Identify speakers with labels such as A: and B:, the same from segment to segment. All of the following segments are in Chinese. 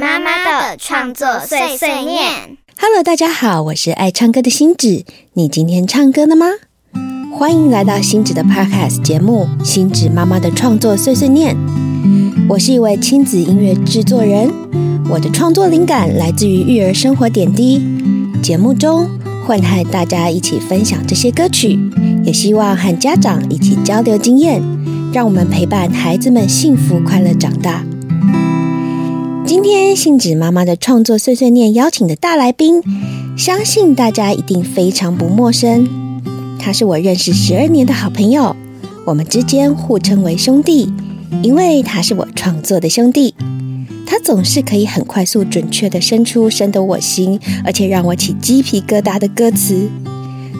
A: 妈妈的创作碎碎念。
B: Hello，大家好，我是爱唱歌的星子。你今天唱歌了吗？欢迎来到星子的 Podcast 节目《星子妈妈的创作碎碎念》。我是一位亲子音乐制作人，我的创作灵感来自于育儿生活点滴。节目中会和大家一起分享这些歌曲，也希望和家长一起交流经验，让我们陪伴孩子们幸福快乐长大。今天信纸妈妈的创作碎碎念邀请的大来宾，相信大家一定非常不陌生。他是我认识十二年的好朋友，我们之间互称为兄弟，因为他是我创作的兄弟。他总是可以很快速、准确地生出深得我心，而且让我起鸡皮疙瘩的歌词。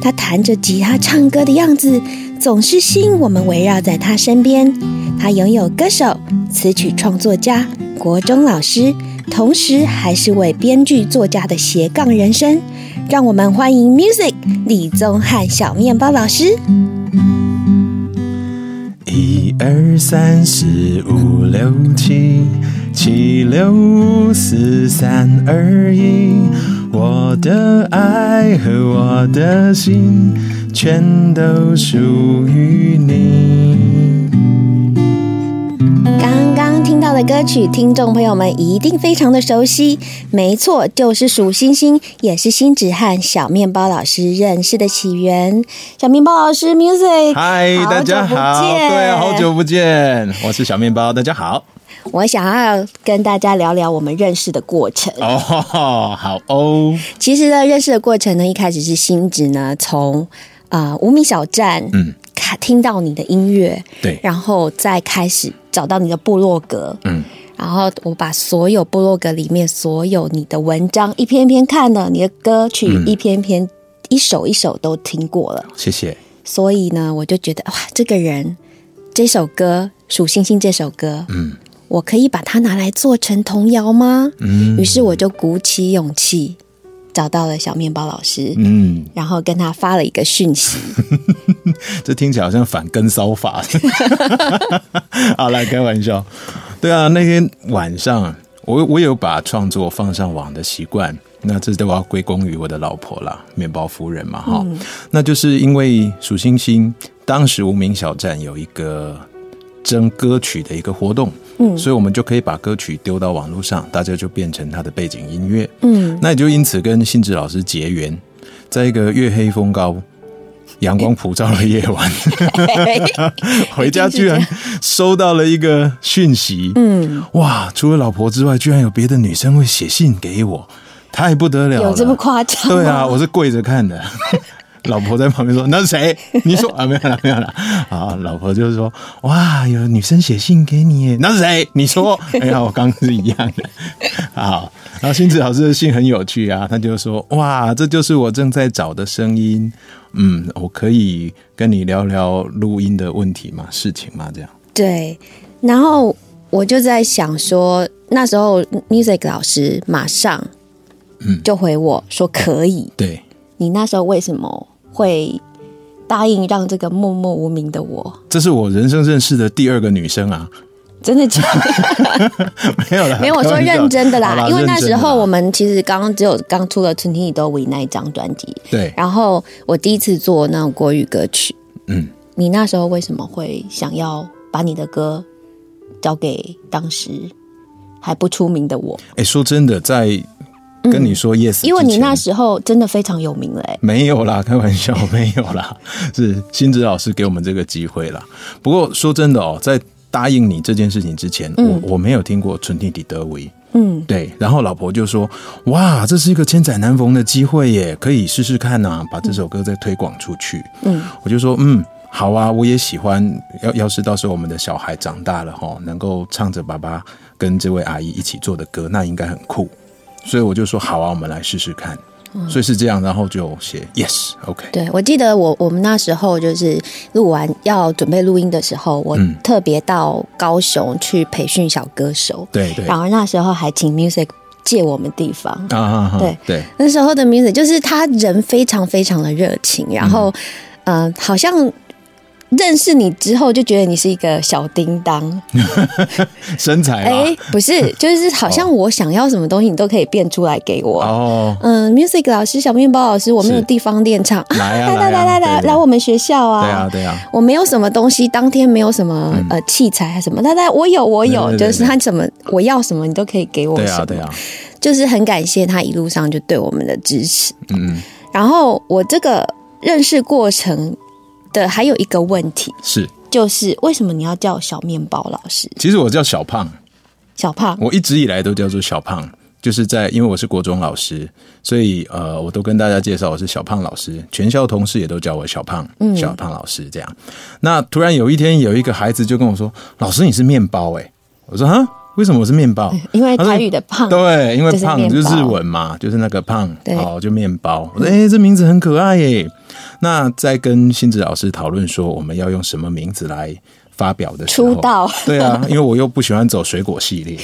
B: 他弹着吉他唱歌的样子，总是吸引我们围绕在他身边。他拥有歌手、词曲创作家、国中老师，同时还是位编剧作家的斜杠人生。让我们欢迎 Music 李宗翰小面包老师。
C: 一二三四五六七，七六五四三二一，我的爱和我的心，全都属于你。
B: 刚刚听到的歌曲，听众朋友们一定非常的熟悉。没错，就是数星星，也是星子和小面包老师认识的起源。小面包老师，music，
C: 嗨，
B: 好
C: 大家
B: 久不
C: 好，
B: 见
C: 对，好久不见，我是小面包，大家好。
B: 我想要跟大家聊聊我们认识的过程。
C: 哦，好哦，
B: 其实呢，认识的过程呢，一开始是星子呢从啊、呃无名小站，
C: 嗯，
B: 看听到你的音乐，
C: 对，
B: 然后再开始找到你的部落格，
C: 嗯，
B: 然后我把所有部落格里面所有你的文章一篇一篇看了，你的歌曲
C: 嗯
B: 一篇一篇、一首一首都听过了，
C: 谢谢，
B: 所以呢，我就觉得哇，这个人这首歌《数星星》这首歌，
C: 嗯
B: 我可以把它拿来做成童谣吗？
C: 嗯
B: 于是我就鼓起勇气找到了小面包老师，
C: 嗯，
B: 然后跟他发了一个讯息。
C: 这听起来好像反跟骚法。 好啦，开玩笑。对啊，那天晚上我我有把创作放上网的习惯，那这都要归功于我的老婆啦，面包夫人嘛哈。那就是因为数星星，当时无名小站有一个征歌曲的一个活动。嗯，所以我们就可以把歌曲丢到网络上，大家就变成它的背景音乐。
B: 嗯，
C: 那也就因此跟信志老师结缘，在一个月黑风高、阳光普照的夜晚，回家居然收到了一个讯息，嗯，哇，除了老婆之外，居然有别的女生会写信给我， 太不得了了，
B: 有这么夸张吗
C: 对啊，我是跪着看的。 老婆在旁边说：“那是谁？ 你说啊，没有啦，没有啦。”啊，老婆就说：“哇，有女生写信给你耶，那是谁？你说。”哎呀，我刚刚是一样的。 好，然后星子老师的信很有趣啊，他就说：“哇，这就是我正在找的声音。嗯，我可以跟你聊聊录音的问题吗？事情吗？这样。”
B: 对，然后我就在想说，那时候 music 老师马上
C: 嗯
B: 就回我说可以。
C: 对，
B: 你那时候为什么会答应让这个默默无名的我？
C: 这是我人生认识的第二个女生啊，
B: 真的假的？
C: 没有啦，
B: 没有，我
C: 开
B: 说
C: 玩笑
B: 认真的
C: 好
B: 啦，因为那
C: 认真
B: 时
C: 的啦
B: 候我们其实刚刚只有刚出了《春天里都为》那一张专辑，
C: 对，
B: 然后我第一次做那种国语歌曲，
C: 嗯，
B: 你那时候为什么会想要把你的歌交给当时还不出名的我？
C: 哎，说真的，在跟你说 yes，、
B: 嗯因为你那。时候真的非常有名了、欸，
C: 没有啦，开玩笑，没有啦，是星子老师给我们这个机会啦。不过说真的哦，在答应你这件事情之前，我我没有听过《春天里德维》。
B: 嗯，
C: 对，然后老婆就说：“哇，这是一个千载难逢的机会耶，可以试试看呐、把这首歌再推广出去。”嗯，我就说：“嗯，好啊，我也喜欢。要要是到时候我们的小孩长大了哈，能够唱着爸爸跟这位阿姨一起做的歌，那应该很酷。”所以我就说：“好啊，我们来试试看。”所以是这样，然后就写 yes，OK，、
B: 嗯对我记得我我们那时候就是录完要准备录音的时候，我
C: 嗯
B: 特别到高雄去培训小歌手，
C: 对对，
B: 然后那时候还请 music 借我们地方，
C: 啊啊啊
B: 对
C: 对，
B: 那时候的名字就是他人非常非常的热情，然后，嗯、呃，好像认识你之后就觉得你是一个小叮当，
C: 身材
B: 哎、
C: 啊，
B: 不 是，就是好像我想要什么东西，你都可以变出来给我。
C: 哦，
B: 嗯，music 老师、小面包老师，我没有
C: 是
B: 地方练唱，
C: 来啊
B: 来
C: 来啊
B: 来来
C: 对对
B: 来我们学校啊，
C: 对啊对啊，
B: 我没有什么东西，当天没有什么、呃器材还是什么，来来，我有我有，
C: 对对对
B: 就是他什么我要什么，你都可以给我
C: 对
B: 什么，
C: 啊对啊，
B: 就是很感谢他一路上就对我们的支持。
C: 嗯嗯，
B: 然后我这个认识过程的还有一个问题，
C: 是。
B: 就是为什么你要叫我小面包老师？
C: 其实我叫小胖，
B: 小胖，
C: 我一直以来都叫做小胖，就是在因为我是国中老师，所以呃，我都跟大家介绍我是小胖老师，全校同事也都叫我小胖，
B: 嗯
C: 小胖老师这样。那突然有一天，有一个孩子就跟我说：“老师，你是面包哎、我说：“啊，为什么我是面包？”
B: 因为台语的胖，
C: 对，因为
B: 就是
C: 胖
B: 面
C: 就是日
B: 包
C: 文嘛，就是那个胖，
B: 对
C: 哦，就面包。我说，哎、这名字很可爱耶。那在跟新子老师讨论说我们要用什么名字来发表的时候，
B: 出道
C: 对啊，因为我又不喜欢走水果系列，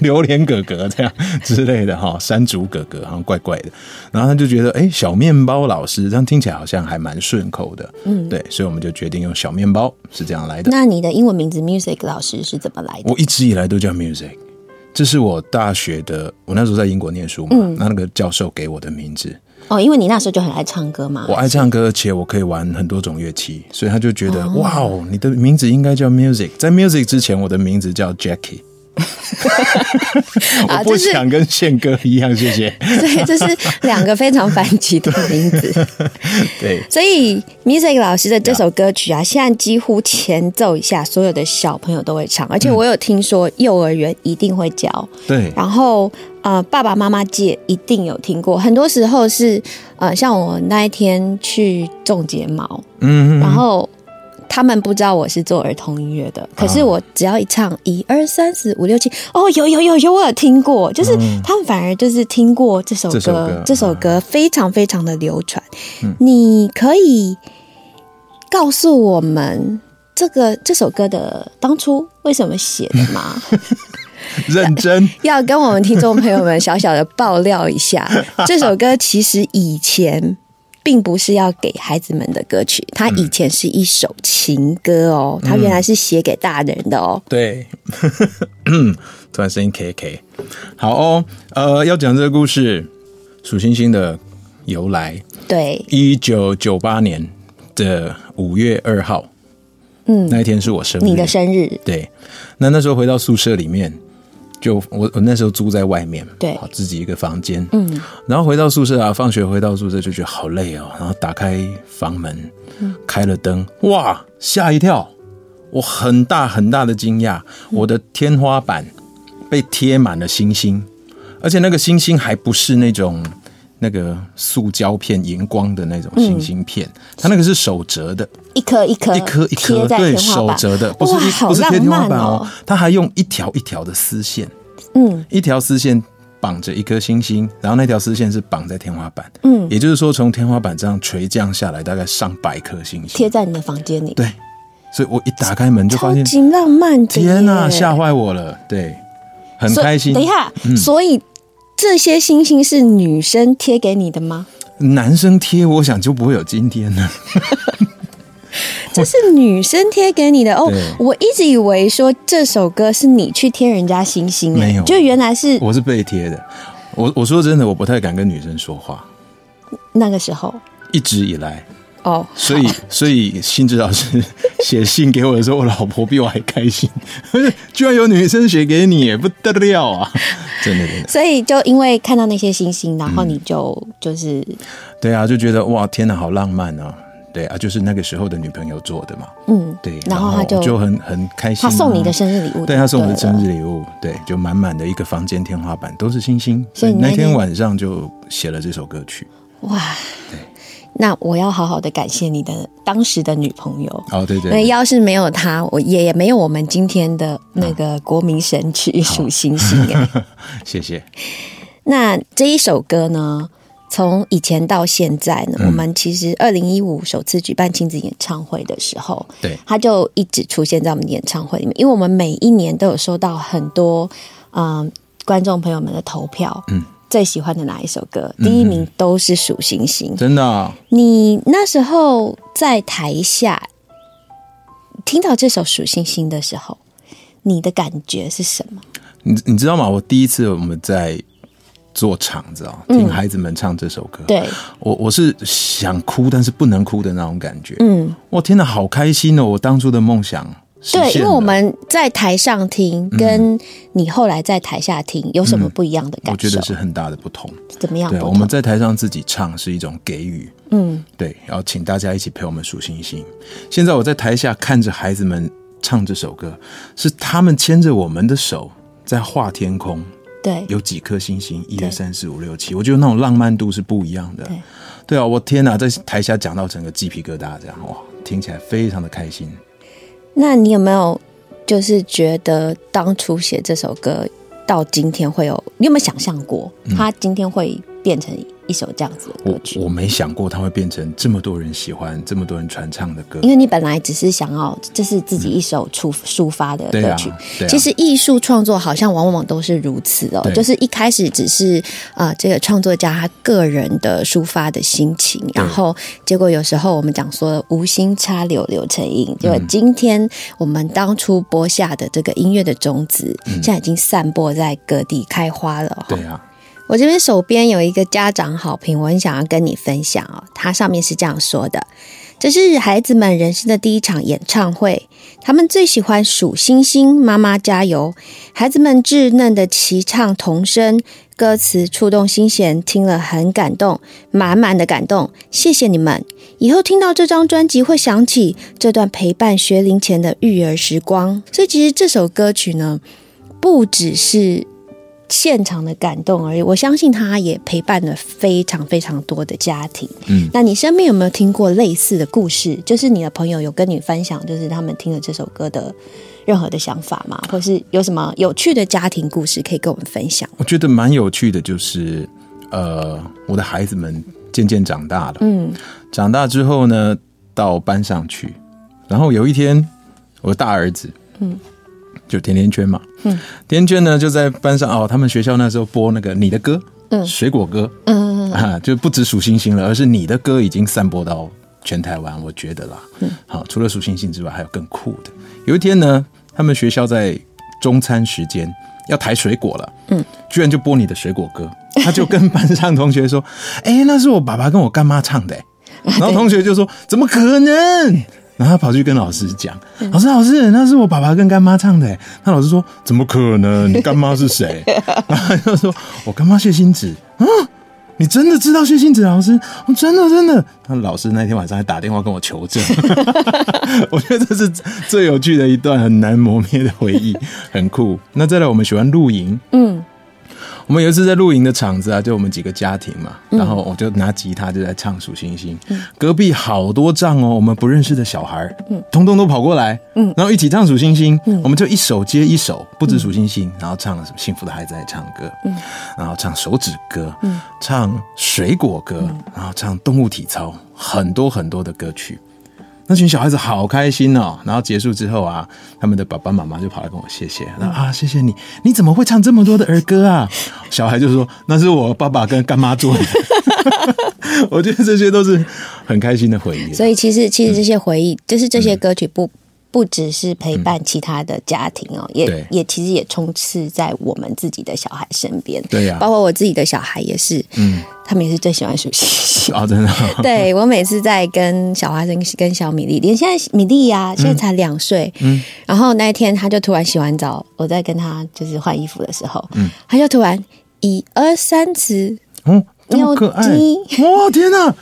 C: 榴莲哥哥这样之类的哈，山竹哥哥好像怪怪的。然后他就觉得，哎、小面包老师这样听起来好像还蛮顺口的，嗯，对，所以我们就决定用小面包是这样来的。
B: 那你的英文名字 music 老师是怎么来的？
C: 我一直以来都叫 music，这是我大学的，我那时候在英国念书嘛，那那个教授给我的名字。
B: 哦，因为你那时候就很爱唱歌嘛
C: 我。爱唱歌，而且我可以玩很多种乐器，所以他就觉得、哇哦，你的名字应该叫 music。在 music 之前，我的名字叫 Jackie。
B: 啊
C: 我不
B: 就是
C: 想跟宪哥一样，谢 谢。
B: 对，这是两个非常反击的名字。
C: 对，
B: 所以 music 老师的这首歌曲啊，现在几乎前奏一下，所有的小朋友都会唱，而且我有听说幼儿园一定会教，
C: 对，
B: 然后呃爸爸妈妈界一定有听过。很多时候是呃像我那一天去种睫毛，
C: 嗯，
B: 然后。他们不知道我是做儿童音乐
C: 啊
B: 的，可是我只要一唱一二三四五六七，哦，有有有有，我有听过，就是他们反而就是听过这首歌，
C: 嗯这首歌嗯
B: 这首歌非常非常的流传。你可以告诉我们这个这首歌的当初为什么写的吗？
C: 认真
B: 要跟我们听众朋友们小小的爆料一 下，这首歌其实以前并不是要给孩子们的歌曲，它以前是一首情歌哦，
C: 嗯
B: 它原来是写给大人的哦。
C: 对， 突然声音 K K，好哦，呃，要讲这个故事，数星星的由来，
B: 对，
C: 一九九八年的五月二号，
B: 嗯，
C: 那一天是我生日。
B: 你的生日，
C: 对，那那时候回到宿舍里面，就我我那时候住在外面，
B: 对
C: 好自己一个房间，嗯，然后回到宿舍啊，放学回到宿舍就觉得好累哦，然后打开房门，开了灯，哇，吓一跳，我很大很大的惊讶，我的天花板被贴满了星星，而且那个星星还不是那种。那个塑胶片荧光的那种星星片，它那个是手折的，
B: 一颗一颗
C: 一颗一
B: 呃
C: 颗
B: 贴在
C: 对
B: 天花
C: 手
B: 板，
C: 折的，不是
B: 哇，
C: 一
B: 好
C: 不是贴
B: 浪
C: 天花
B: 漫
C: 板
B: 哦
C: 哦，，它还用一条一条的丝线，
B: 嗯，
C: 一条丝线绑着一颗星星，然后那条丝线是绑在天花板，嗯，也就是说从天花板这样垂降下来，大概上百颗星
B: 贴
C: 星，
B: 在你的房间里，
C: 对，所以我一打开门就发
B: 超
C: 现，
B: 级浪漫的耶，
C: 天呐、吓坏我了，对，很
B: 所以
C: 开心嗯
B: 等。一下，所以这些星星是女生贴给你的吗？
C: 男生贴，我想就不会有今天了，
B: 这是女生贴给你的哦
C: 对。
B: 我一直以为说这首歌是你去贴人家星星，欸
C: 没有
B: 就原来是
C: 我是被贴的。我我说真的，我不太敢跟女生说话，
B: 那个时候
C: 一直以来。
B: 哦。
C: 所以，所以新指导师写信给我的时候，我老婆比我还开心， 居然有女生写给你，也不得了啊！ 真的，真的，
B: 所以就因为看到那些星星，然后你就、就是
C: 对啊，就觉得哇，天哪，好浪漫啊！对啊，就是那个时候的女朋友做的嘛，
B: 嗯，
C: 对，
B: 然后
C: 后
B: 他就
C: 就很很开心、啊
B: 他送你的，生日礼物，
C: 对他送我的生
B: 日，
C: 日礼物，对，就满满的一个房间天花板都是星星，
B: 所以你那
C: 那
B: 天
C: 天晚上就写了这首歌曲。
B: 哇！那我要好好的感谢你的当时的女朋友。
C: 哦，对对
B: 因为
C: 对，
B: 要是没有他，我也也没有我们今天的那
C: 啊
B: 个国民神曲《数星星》哎。
C: 谢谢。
B: 那这一首歌呢，从以前到现在呢，我们其实二零一五首次举办亲子演唱会的时候，
C: 对
B: 它就一直出现在我们的演唱会里面，因为我们每一年都有收到很多嗯、呃观众朋友们的投票，嗯。最喜欢的哪一首歌？第一名都是《数星星》
C: 真的啊、
B: 你那时候在台下听到这首《数星星》的时候，你的感觉是什么？
C: 你你知道吗？我第一次我们在做场子啊、听孩子们唱这首歌，
B: 嗯对，
C: 我我是想哭，但是不能哭的那种感觉。
B: 嗯，
C: 我天哪，好开心哦！我当初的梦想实
B: 对，因
C: 现
B: 为
C: 了嗯
B: 我们在台上听，跟你后来在台下听有什么不一样的感
C: 我
B: 受？
C: 觉得是很大的不同。
B: 怎么样不
C: 对，
B: 同？
C: 我们在台上自己唱是一种给予，
B: 嗯，
C: 对，然后请大家一起陪我们数星星。现在我在台下看着孩子们唱这首歌，是他们牵着我们的手在画天空，
B: 对，
C: 有几颗星星，一
B: 对
C: 二三四五六七，我觉得那种浪漫度是不一样的
B: 对。
C: 对啊，我天哪，在台下讲到整个鸡皮疙瘩，这样哇，听起来非常的开心。
B: 那你有没有就是觉得当初写这首歌到今天会有？你有没有想象过
C: 嗯
B: 它今天会变成一首这样子的歌
C: 我
B: 曲？
C: 我没想过它会变成这么多人喜欢、这么多人传唱的歌
B: 因。为你本来只是想要，这是自己一首出抒发的
C: 对
B: 歌
C: 啊
B: 曲。，
C: 对啊。
B: 其实艺术创作好像往往都是如此哦
C: 对，
B: 就是一开始只是呃这个创作家他个人的抒发的心情，然后结果有时候我们讲说无心插柳柳成荫，结果今天我们当初播下的这个音乐的种子，现在已经散播在各地开花了、哦。
C: 嗯对啊，
B: 我这边手边有一个家长好评，我很想要跟你分享哦。它上面是这样说的：这是孩子们人生的第一场演唱会，他们最喜欢数星星，妈妈加油！孩子们稚嫩的齐唱童声，歌词触动心弦，听了很感动，满满的感动。谢谢你们！以后听到这张专辑，会想起这段陪伴学龄前的育儿时光。所以，其实这首歌曲呢，不只是现场的感动而已。我相信他也陪伴了非常非常多的家庭。
C: 嗯，
B: 那你身边有没有听过类似的故事？就是你的朋友有跟你分享，就是他们听了这首歌的任何的想法吗？或是有什么有趣的家庭故事可以跟我们分享？
C: 我觉得蛮有趣的，就是呃，我的孩子们渐渐长大了，
B: 嗯，
C: 长大之后呢，到班上去，然后有一天，我的大儿子，嗯，就甜甜圈嘛，嗯，甜甜圈呢就在班上哦，他们学校那时候播那个你的歌，嗯，水果歌，嗯啊，就不止数星星了，而是你的歌已经散播到全台湾，我觉得啦，嗯，好，除了数星星之外，还有更酷的。有一天呢，他们学校在中餐时间要抬水果了，嗯，居然就播你的水果歌，他就跟班上同学说：“ 哎、那是我爸爸跟我干妈唱的、欸。”然后同学就说：“怎么可能？”然后他跑去跟老师讲：“老师，老师，那是我爸爸跟干妈唱的。”欸那老师说：“怎么可能？你干妈是谁？”然后他就说：“我干妈谢欣子。”啊，你真的知道谢欣子老师？我真的真的。那老师那天晚上还打电话跟我求证。 我觉得这是最有趣的一段很难磨灭的回 忆，很酷。那再来，我们喜欢露营，
B: 嗯，
C: 我们有一次在露营的场子啊，就我们几个家庭嘛，然后我就拿吉他就在唱《数星星》隔壁好多仗哦，我们不认识的小孩儿，嗯，通通都跑过来，嗯，然后一起唱《数星星》我们就一首接一首，不止《数星星》然后唱什么《幸福的孩子爱唱歌》，嗯，然后唱手指歌，嗯，唱水果歌，然后唱动物体操，很多很多的歌曲。那群小孩子好开心哦。然后结束之后啊，他们的爸爸妈妈就跑来跟我谢谢，
B: 嗯
C: 那啊谢谢你，你怎么会唱这么多的儿歌啊？小孩就说那是我爸爸跟干妈做的。 我觉得这些都是很开心的回忆。
B: 所以其实其实这些回忆，就是这些歌曲不。不只是陪伴其他的家庭哦，
C: 嗯对
B: 也也其实也充斥在我们自己的小孩身边。
C: 对啊呀
B: 包括我自己的小孩也是，嗯，他们也是最喜欢数星星。
C: 啊、真的、
B: 对我每次在跟小花生跟小米粒，连现在米粒呀、现在才两岁，嗯，然后那一天他就突然洗完澡，我在跟他就是换衣服的时候，嗯，他就突然一二三四，
C: 哦，这么可爱！
B: 有
C: 哇，天哪，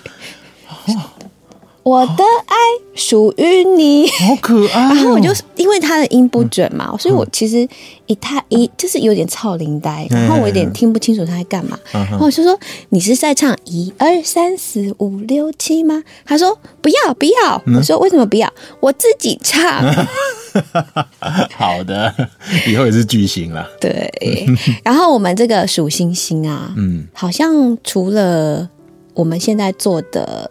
B: 我的爱属于你。
C: 好可爱、哦！嗯
B: 然 后我 就是因为他的音不准嘛，所以我其实一太一就是有点操铃呆，
C: 嗯
B: 然后我有点听不清楚他在干嘛。然后我就说：“你是在唱一二三四五六七吗？”他说：“不要不要。”
C: 嗯
B: 我说：“为什么不要？我自己唱。”
C: 好的，以后也是巨星啦。
B: 对，然后我们这个数星星啊，
C: 嗯，
B: 好像除了我们现在做的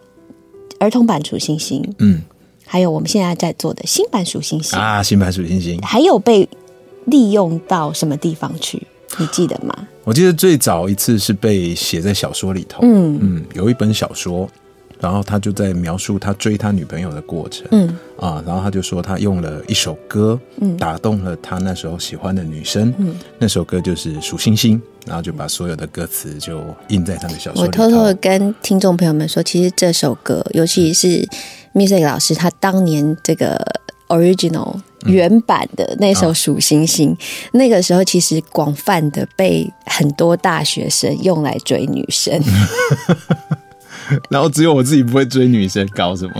B: 儿童版数星星，
C: 嗯
B: 还有我们现在在做的新版数星星，
C: 啊，新版数星星。
B: 还有被利用到什么地方去？你记得吗？
C: 我记得最早一次是被写在小说里头，
B: 嗯
C: 嗯，有一本小说然后他就在描述他追他女朋友的过程，
B: 嗯
C: 啊，然后他就说他用了一首歌，
B: 嗯
C: 打动了他那时候喜欢的女生，嗯，那首歌就是《数星星》，然后就把所有的歌词就印在他的小说
B: 我
C: 里头。
B: 偷
C: 嗯
B: 偷的跟听众朋友们说，其实这首歌，尤其是 music 老师他当年这个 original
C: 嗯
B: 原版的那首《数星星》那个时候其实广泛的被很多大学生用来追女生。
C: 然后只有我自己不会追女生，搞什么？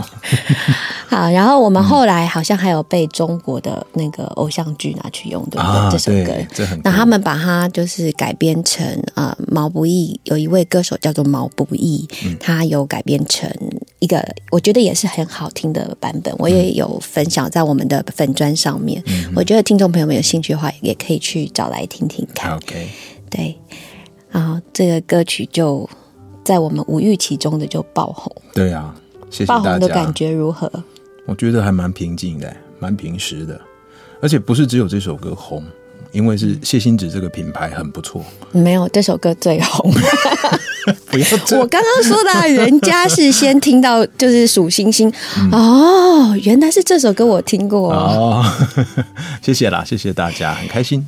B: 好，然后我
C: 嗯
B: 们后来好像还有被中国的那个偶像剧拿去用，对不对？
C: 啊
B: 这首歌
C: 对，这很
B: 那
C: 酷
B: 他们把它就是改编成呃毛不易，有一位歌手叫做毛不易，
C: 嗯
B: 他有改编成一个我觉得也是很好听的版本，我也有分享在我们的粉砖上面。
C: 嗯
B: 我觉得听众朋友们有兴趣的话，也可以去找来听听看。
C: OK，
B: 对，然后这个歌曲就在我们无预期中的就爆红，
C: 对啊，谢谢
B: 爆
C: 大
B: 红的
C: 家
B: 感。觉如何？
C: 我觉得还蛮平静的，蛮平时的，而且不是只有这首歌红，因为是谢欣子这个品牌很不错。
B: 没有，这首歌最红。
C: 不要 这
B: 我刚刚说的、啊，人家是先听到就是数星星，
C: 嗯
B: 哦，原来是这首歌我听过、
C: 哦，谢谢啦，谢谢大家，很开心。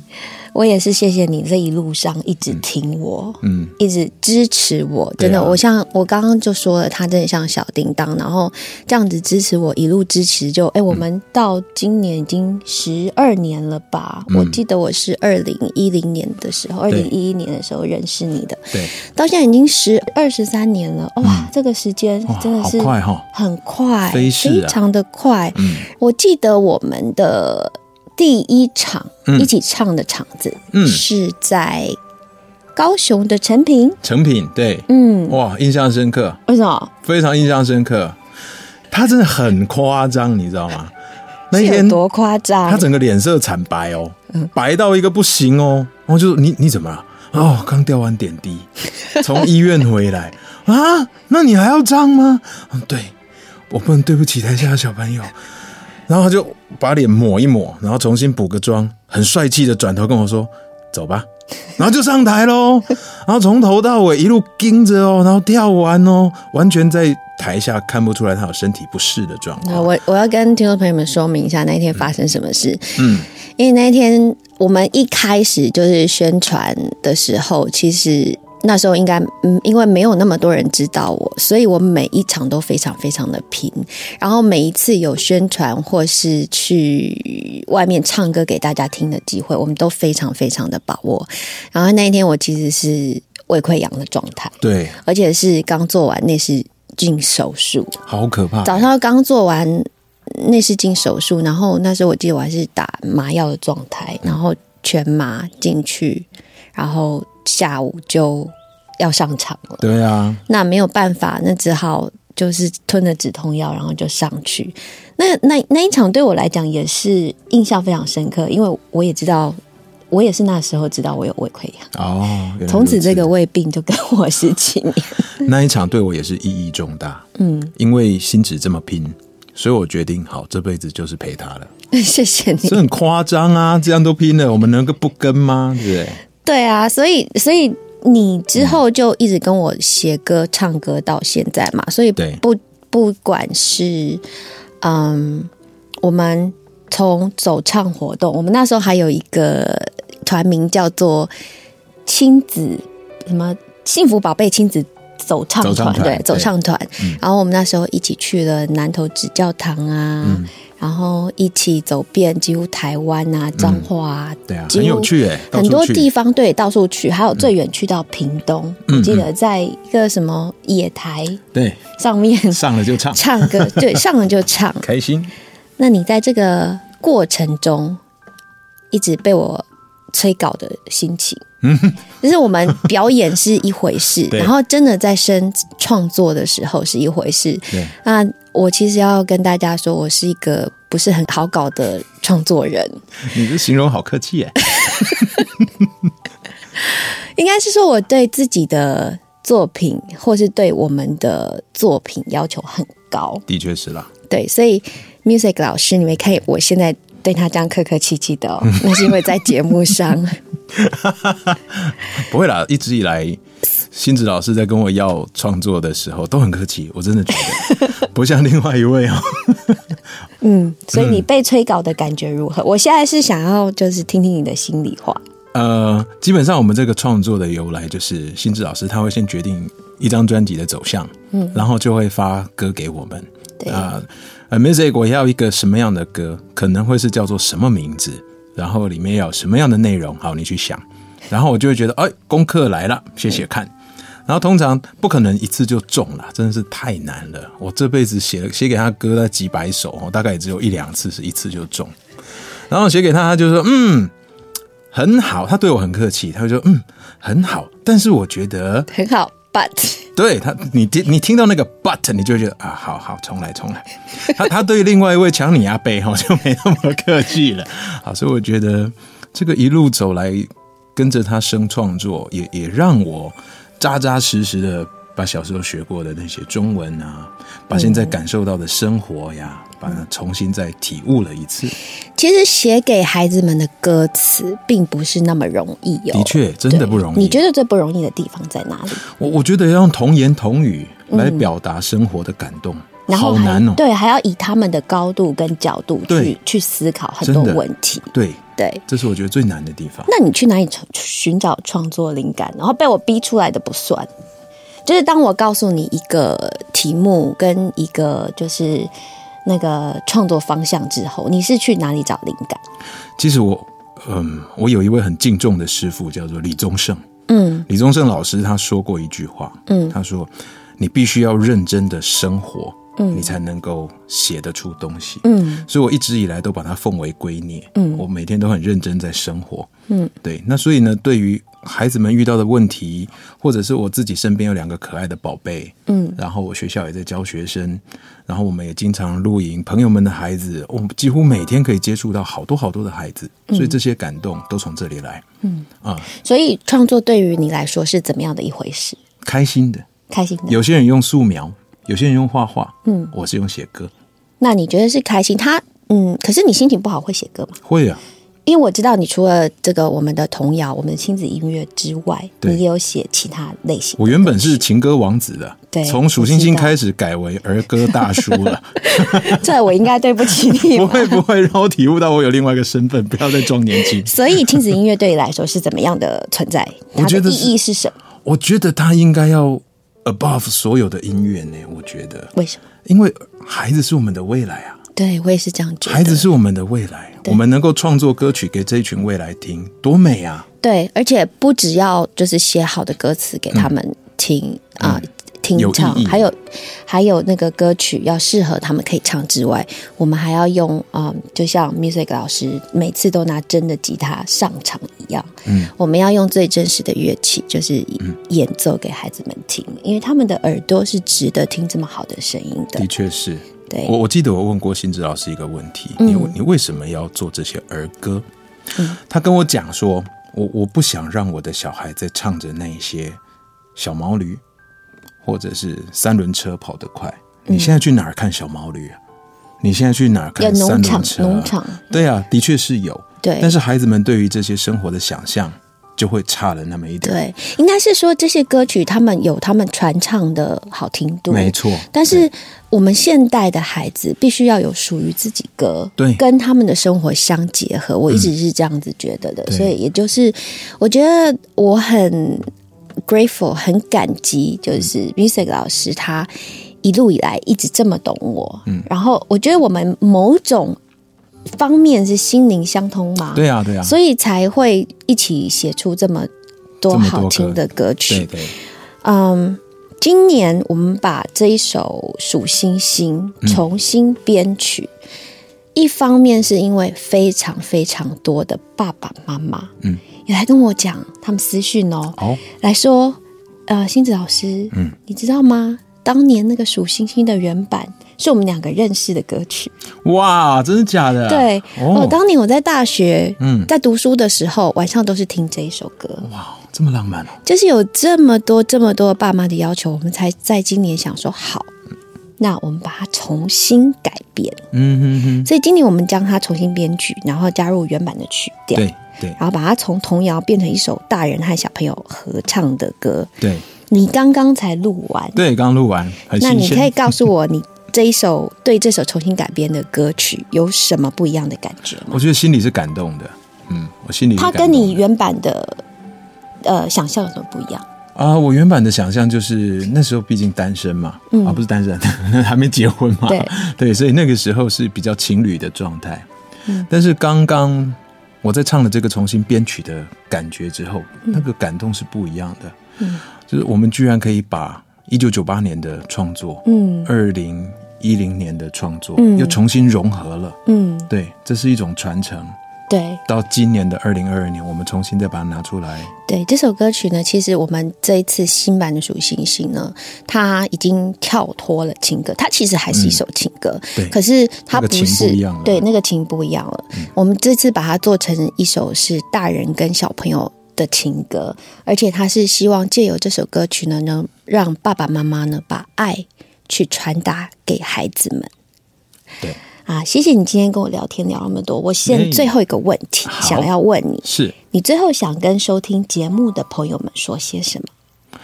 B: 我也是谢谢你这一路上一直听我，
C: 嗯，
B: 一直支持我，
C: 对啊
B: 真的，我像我刚刚就说了，他真的像小叮当，然后这样子支持我，一路支持就，哎，我
C: 嗯
B: 们到今年已经十二年了吧？我记得我是二零一零年的时候，二
C: 嗯对
B: 零一一年的时候认识你的，
C: 对，
B: 到现在已经十二十三年了，哇，这个时间
C: 嗯哇，
B: 真的
C: 好
B: 是
C: 快哈、
B: 很快，
C: 飞逝啊
B: 非常的快。
C: 嗯
B: 我记得我们的第一场、一起唱的场子，
C: 嗯
B: 是在高雄的成品。
C: 成品对，
B: 嗯，
C: 哇，印象深刻，
B: 为什么？
C: 非常印象深刻。他真的很夸张，你知道吗？那一
B: 是有
C: 天
B: 多夸
C: 他
B: 张？
C: 整个脸色惨白哦，
B: 嗯
C: 白到一个不行哦。然后就说你你怎么了？哦，刚吊完点 滴，从医院回来啊？那你还要脏吗？嗯，对，我不能对不起台下的小朋友。然后他就把脸抹一抹，然后重新补个妆，很帅气的转头跟我说：“走吧。”然后就上台喽， 然后从头到尾一路盯着哦，然后跳完哦，完全在台下看不出来他有身体不适的状
B: 那
C: 况。
B: 我我要跟听众朋友们说明一下那一天发生什么事，
C: 嗯，
B: 因为那一天我们一开始就是宣传的时候，其实那时候应该嗯，因为没有那么多人知道我，所以我每一场都非常非常的拼。然后每一次有宣传或是去外面唱歌给大家听的机会，我们都非常非常的把握。然后那一天我其实是胃溃疡的状态，
C: 对，
B: 而且是刚做完内视镜手术。
C: 好可怕。
B: 早上刚做完内视镜手术，然后那时候我记得我还是打麻药的状态，然后全麻进去，然后下午就要上场了。
C: 对啊，
B: 那没有办法，那只好就是吞了止痛药，然后就上去。那那那一场对我来讲也是印象非常深刻，因为我也知道，我也是那时候知道我有胃溃疡，
C: 哦，原来
B: 从此
C: 如此
B: 这个胃病就跟我十七年。
C: 那一场对我也是意义重大，
B: 嗯，
C: 因为心子这么拼，所以我决定好这辈子就是陪他 了。
B: 谢谢你。
C: 这很夸张啊，这样都拼了，我们能够不跟吗？对不 对？
B: 对啊，所以所以你之后就一直跟我写歌、唱歌到现在嘛，所以
C: 对
B: 不不管是嗯，我们从走唱活动，我们那时候还有一个团名叫做亲子什么幸福宝贝亲子。走唱
C: 走唱
B: 团
C: 团
B: 对
C: 对
B: 走唱团
C: 嗯，
B: 然后我们那时候一起去了南投指教堂啊，
C: 嗯
B: 然后一起走遍几乎台湾啊、彰化啊、
C: 对啊，
B: 几
C: 很
B: 乎
C: 有趣哎、到
B: 很多
C: 处去
B: 地方对到处去，还有最远去到屏东，
C: 嗯
B: 我记得在一个什么野台
C: 对
B: 上 面
C: 上了就唱，
B: 唱歌， 对，上了就唱。
C: 开心。
B: 那你在这个过程中，一直被我催稿的心 情，就是我们表演是一回事，
C: 对
B: 然后真的在生创作的时候是一回事。
C: 对，
B: 那我其实要跟大家说，我是一个不是很好搞的创作人。
C: 你这形容好客气哎、
B: 应该是说我对自己的作品，或是对我们的作品要求很高。
C: 的确是啦。
B: 对，所以 music 老师，你没看我现在对他这样客客气气的、哦，那是因为在节目上，
C: 不会啦，一直以来新子老师在跟我要创作的时候都很客气，我真的觉 得不像另外一位哦。
B: 嗯，所以你被催稿的感觉如何？我现在是想要就是听听你的心里话。
C: 呃，基本上我们这个创作的由来就是新智老师他会先决定一张专辑的走向，嗯，然后就会发歌给我们。
B: 对
C: 啊、呃、，music 我要一个什么样的歌，可能会是叫做什么名字，然后里面要有什么样的内容，好，你去想。然后我就会觉得，哎，功课来了，写写看。然后通常不可能一次就中了，真的是太难了。我这辈子写了写给他歌了几百首，哦大概也只有一两次是一次就中。然后写给他，他就说，嗯，很好。他对我很客气，他就说，嗯，很好。但是我觉得，
B: 很好，But
C: 对他，你听你听到那个 but，你就会觉得啊，好好，重来重来。 他他对另外一位强尼阿贝哈就没那么客气了。好，所以我觉得这个一路走来，跟着他生创作，也也让我扎扎实实的把小时候学过的那些中文啊，把现在感受到的生活呀，把它重新再体悟了一次。
B: 其实写给孩子们的歌词并不是那么容易哦。
C: 的确，真的不容易。
B: 你觉得最不容易的地方在哪里？
C: 我我觉得要用童言童语来表达生活的感动，
B: 嗯然后
C: 好
B: 还
C: 难哦。
B: 对，还要以他们的高度跟角度去
C: 对
B: 去思考很多
C: 真的
B: 问题。
C: 对，
B: 对，
C: 这是我觉得最难的地方。
B: 那你去哪里创寻找创作灵感？然后被我逼出来的不算。就是当我告诉你一个题目跟一个就是那个创作方向之后，你是去哪里找灵感？
C: 其实我，嗯，我有一位很敬重的师傅，叫做李宗盛。
B: 嗯
C: 李宗盛老师他说过一句话，
B: 嗯
C: 他说：“你必须要认真的生活，
B: 嗯
C: 你才能够写得出东西。
B: 嗯
C: 所以我一直以来都把它奉为圭臬。
B: 嗯
C: 我每天都很认真在生活。
B: 嗯，
C: 对。那所以呢，对于孩子们遇到的问题，或者是我自己身边有两个可爱的宝贝，
B: 嗯
C: 然后我学校也在教学生，然后我们也经常露营，朋友们的孩子，我们几乎每天可以接触到好多好多的孩子，所以这些感动都从这里来。
B: 嗯
C: 啊，
B: 所以创作对于你来说是怎么样的一回事？
C: 开心的，
B: 开心的。
C: 有些人用素描，有些人用画画，
B: 嗯，
C: 我是用写歌，
B: 那你觉得是开心？他嗯，可是你心情不好会写歌吗？
C: 会啊，
B: 因为我知道你除了这个我们的童谣、我们的亲子音乐之外，
C: 对
B: 你也有写其他类型的歌曲。
C: 我原本是情歌王子的，
B: 对
C: 从数星星开始改为儿歌大叔了，
B: 这我应该对不起 你
C: 不
B: 吧。
C: 会不会让我体悟到我有另外一个身 份，不要再装年轻。
B: 所以亲子音乐对你来说是怎么样的存 在？
C: 我
B: 它
C: 觉
B: 的
C: 得
B: 意
C: 是
B: 义是什么？
C: 我觉得他应该要 above 所有的音乐呢，我觉得，
B: 为什么？
C: 因为孩子是我们的未来啊，
B: 对我也是这样觉得。
C: 孩子是我们的未来，我们能够创作歌曲给这一群未来听，多美啊！
B: 对，而且不只要就是写好的歌词给他们听啊、听
C: 有
B: 唱，
C: 意义
B: 嗯还有还有那个歌曲要适合他们可以唱之外，我们还要用啊、嗯就像 music 老师每次都拿真的吉他上场一样，
C: 嗯，
B: 我们要用最真实的乐器，就是演奏给孩子们听，因为他们的耳朵是值得听这么好的声音的
C: 的。确是。
B: 对，
C: 我我记得我问过新智老师一个问题，
B: 嗯
C: 你你为什么要做这些儿歌？他跟我讲说，我我不想让我的小孩在唱着那一些小毛驴，或者是三轮车跑得快。
B: 嗯
C: 你现在去哪儿看小毛驴啊？你现在去哪儿
B: 有
C: 看三
B: 农
C: 轮
B: 场，
C: 车啊？
B: 农场，
C: 对啊，的确是有，
B: 对，
C: 但是孩子们对于这些生活的想象就会差了那么一点。
B: 对，应该是说这些歌曲他们有他们传唱的好听度，
C: 没。错。
B: 但是我们现代的孩子必须要有属于自己歌，
C: 对嗯
B: 跟他们的生活相结合。我一直是这样子觉得的，
C: 对
B: 所以也就是我觉得我很 grateful，很感激，就是
C: 嗯
B: music 老师他一路以来一直这么懂我。嗯，然后我觉得我们某种方面是心灵相通嘛，
C: 对啊，对啊，
B: 所以才会一起写出这么多
C: 这么多
B: 好听的歌曲。
C: 对对，
B: 嗯，今年我们把这一首《数星星》
C: 嗯
B: 重新编曲，一方面是因为非常非常多的爸爸妈妈，
C: 嗯，
B: 也来跟我讲他们私讯哦，
C: 哦，
B: 来说，呃，星子老师，
C: 嗯，
B: 你知道吗？当年那个《数星星》的原版是我们两个认识的歌曲。
C: 哇，真的假的？
B: 对，我、
C: 哦，
B: 当年我在大学，
C: 嗯
B: 在读书的时候，晚上都是听这一首歌。
C: 哇，这么浪漫哦。
B: 就是有这么多、这么多爸妈的要求，我们才在今年想说好，那我们把它重新改变。
C: 嗯哼哼。
B: 所以今年我们将它重新编曲，然后加入原版的曲调，
C: 对对
B: 然后把它从童谣变成一首大人和小朋友合唱的歌。
C: 对，
B: 你刚刚才录完，
C: 对，刚录完，很
B: 那
C: 新
B: 你可以
C: 鲜。
B: 告诉我，你这一首对这首重新改编的歌曲有什么不一样的感觉吗？
C: 我觉得心里是感动的， 嗯，我心里是
B: 它
C: 感
B: 跟
C: 动
B: 你
C: 的
B: 原版的呃想象有什么不一样？
C: 啊，我原版的想象就是那时候毕竟单身嘛，啊，不是单身， 还没结婚
B: 嗯
C: 嘛，
B: 对
C: 对，所以那个时候是比较情侣的状态。
B: 嗯
C: 但是刚刚我在唱了这个重新编曲的感觉之后，那个感动是不一样的。
B: 嗯，
C: 就是我们居然可以把一九九八年的创作，
B: 嗯
C: 二零一零年的创作，
B: 嗯
C: 又重新融合了。
B: 嗯，
C: 对，这是一种传承。
B: 对
C: 到今年的二零二二年，我们重新再把它拿出来。
B: 对，这首歌曲呢，其实我们这一次新版的《数星星》呢，它已经跳脱了情歌，它其实还是一首情歌，
C: 嗯对
B: 可是它不
C: 那个情
B: 是
C: 不一样了嗯
B: 对那个情不一样了。我们这次把它做成一首是大人跟小朋友的情歌，而且它是希望借由这首歌曲呢，能让爸爸妈妈呢把爱去传达给孩子们。
C: 对，
B: 啊，谢谢你今天跟我聊天聊那么多。我现
C: 嗯
B: 最后一个问题、
C: 好
B: 想要问你，
C: 是
B: 你最后想跟收听节目的朋友们说些什么？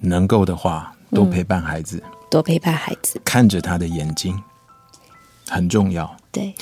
C: 能够的话，多陪伴孩子，
B: 多陪伴孩子，
C: 看着他的眼睛，很重要。
B: 对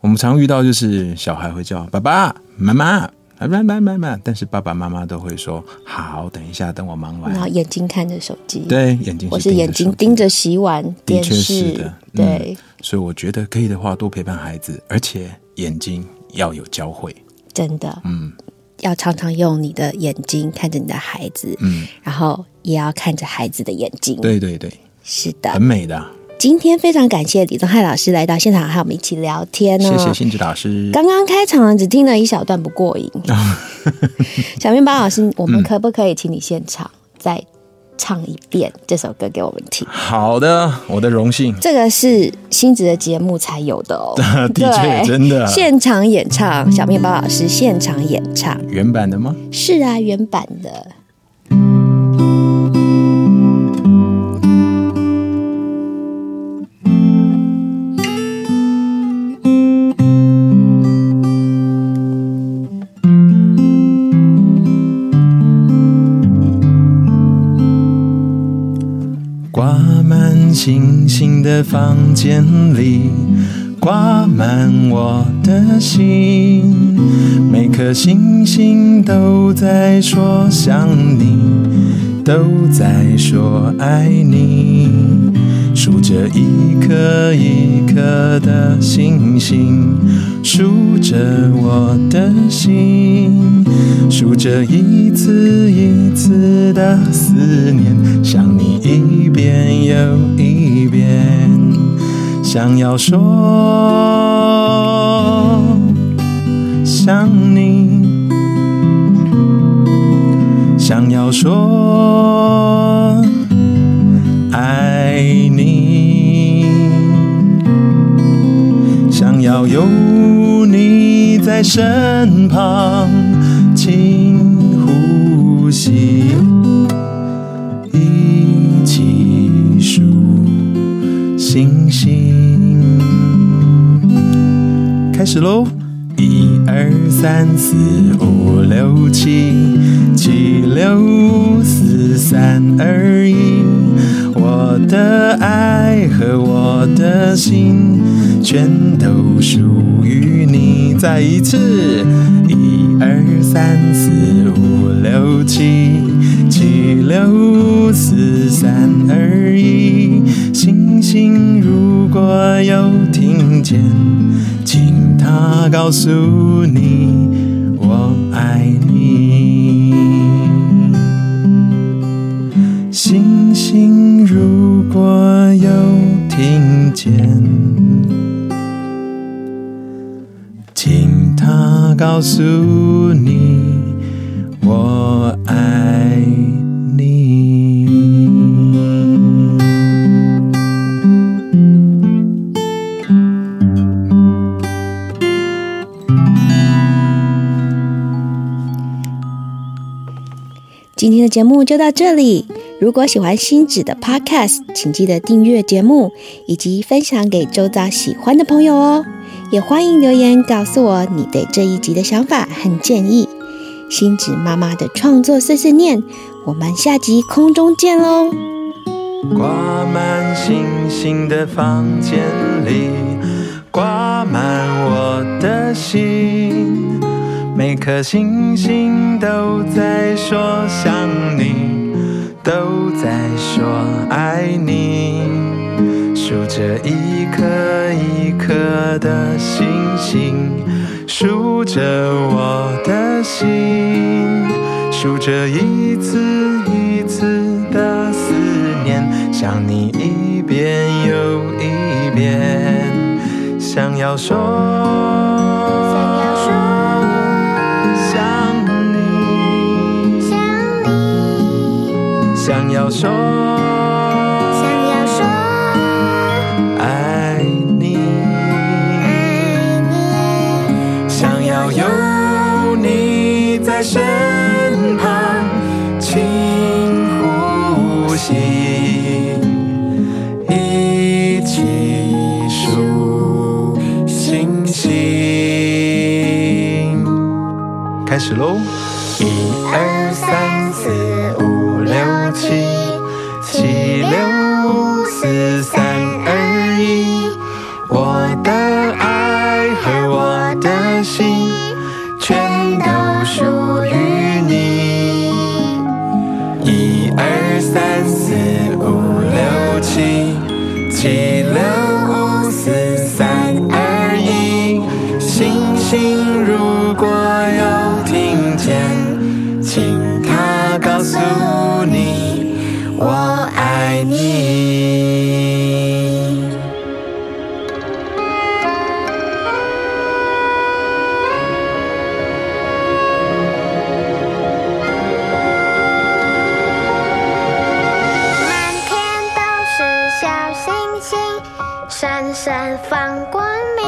C: 我们常遇到就是小孩会叫爸爸、妈妈、爸爸、妈妈妈，但是爸爸妈妈都会说好，等一下，等我忙
B: 然后
C: 完。
B: 眼睛看着手机，，
C: 对，眼睛
B: 我
C: 是
B: 是眼睛盯着洗碗
C: 盯
B: 电
C: 着手机，的确是
B: 视
C: 的，，嗯
B: 对、。
C: 所以我觉得可以的话，多陪伴孩子，而且眼睛要有交汇。
B: 真的，
C: 嗯，
B: 要常常用你的眼睛看着你的孩子，
C: 嗯，
B: 然后也要看着孩子的眼睛，，
C: 对对对，
B: 是的
C: 很。美的。
B: 今天非常感谢李宗翰老师来到现场和我们一起聊天哦，
C: 谢谢心智老师。
B: 刚刚开场只听了一小段不过 瘾，小面包老师，我们可不可以请你现场再唱一遍这首歌给我们听？
C: 好的，我的荣幸。
B: 这个是新职的节目才有的哦，
C: 的确
B: 对
C: 真的
B: 现场演唱，小面包老师现场演唱，
C: 原版的吗？
B: 是啊，原版的。
C: 挂满星星的房间里，挂满我的心。每颗星星都在说想你，都在说爱你。数着一颗一颗的星星，数着我的心，数着一次一次的思念，想你一遍又一遍，想要说想你，想要说爱你，想要有你在身旁，请呼吸，一起数星星，开始喽！一二三四五六七，七六五四三二一。我的爱和我的心，全都属于你。再一次，一二三四五六七，七六五四三二一。星星如果有听见，请它告诉你，我爱你。星星如果有听见，请它告诉你，我爱你。
B: 今天的节目就到这里。如果喜欢星指的 Podcast，请记得订阅节目以及分享给周遭喜欢的朋友哦。也欢迎留言告诉我你对这一集的想法和建议。星子妈妈的创作碎碎念，我们下集空中见喽！
C: 挂满星星的房间里，挂满我的心。每颗星星都在说想你，都在说爱你。数着一颗一颗的星星，数着我的心，数着一次一次的思念，想你一遍又一遍，想要说，想
A: 要说
C: 想你，
A: 想你，
C: 想要说，
A: 想要说
C: 爱你，
A: 爱你，
C: 想要有你在身旁，请呼吸，一起数星星。开始喽！一二三四五六七，七六五四三二一。我的爱和我的心，全都属于你。一二三四五六七，七六五四三二一。星星如果有听见，请它告诉你，我爱你。
A: 满天都是小星星，闪闪放光明。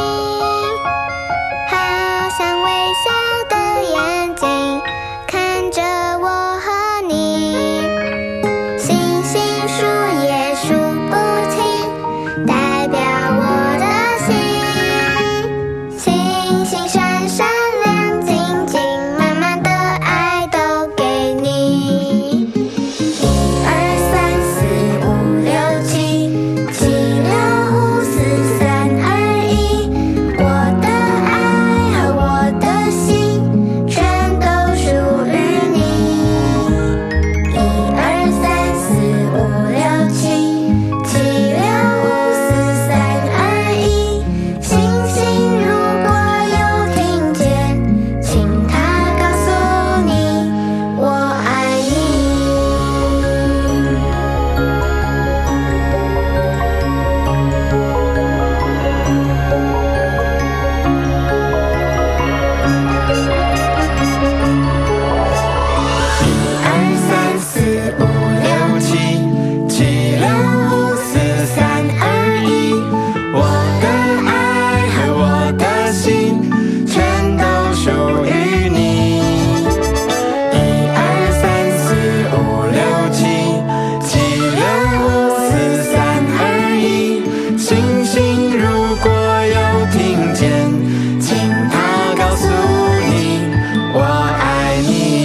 A: 好像微笑的眼睛看着我和你。星星数也数不清，代表我的心。星星闪闪亮晶晶，满满的爱都给你。二三四五六七，七六五四三二一。我的爱和我的心，全都属于你。一二三四五六七，七六五四三二一。星星如果有听见，请它告诉你，我爱你。
C: 二三四五六七，七六五四三二一。我的爱和我的心，全都属于你。一二三四五六七，七六五四三二一。星星如果有听见，请它告诉你，我爱你。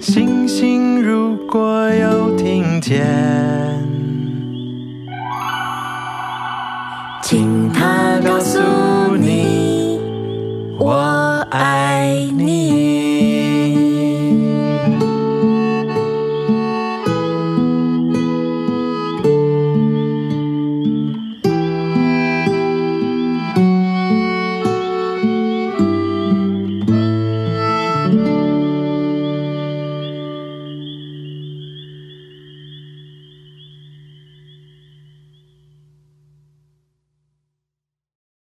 C: 星星如果有听见。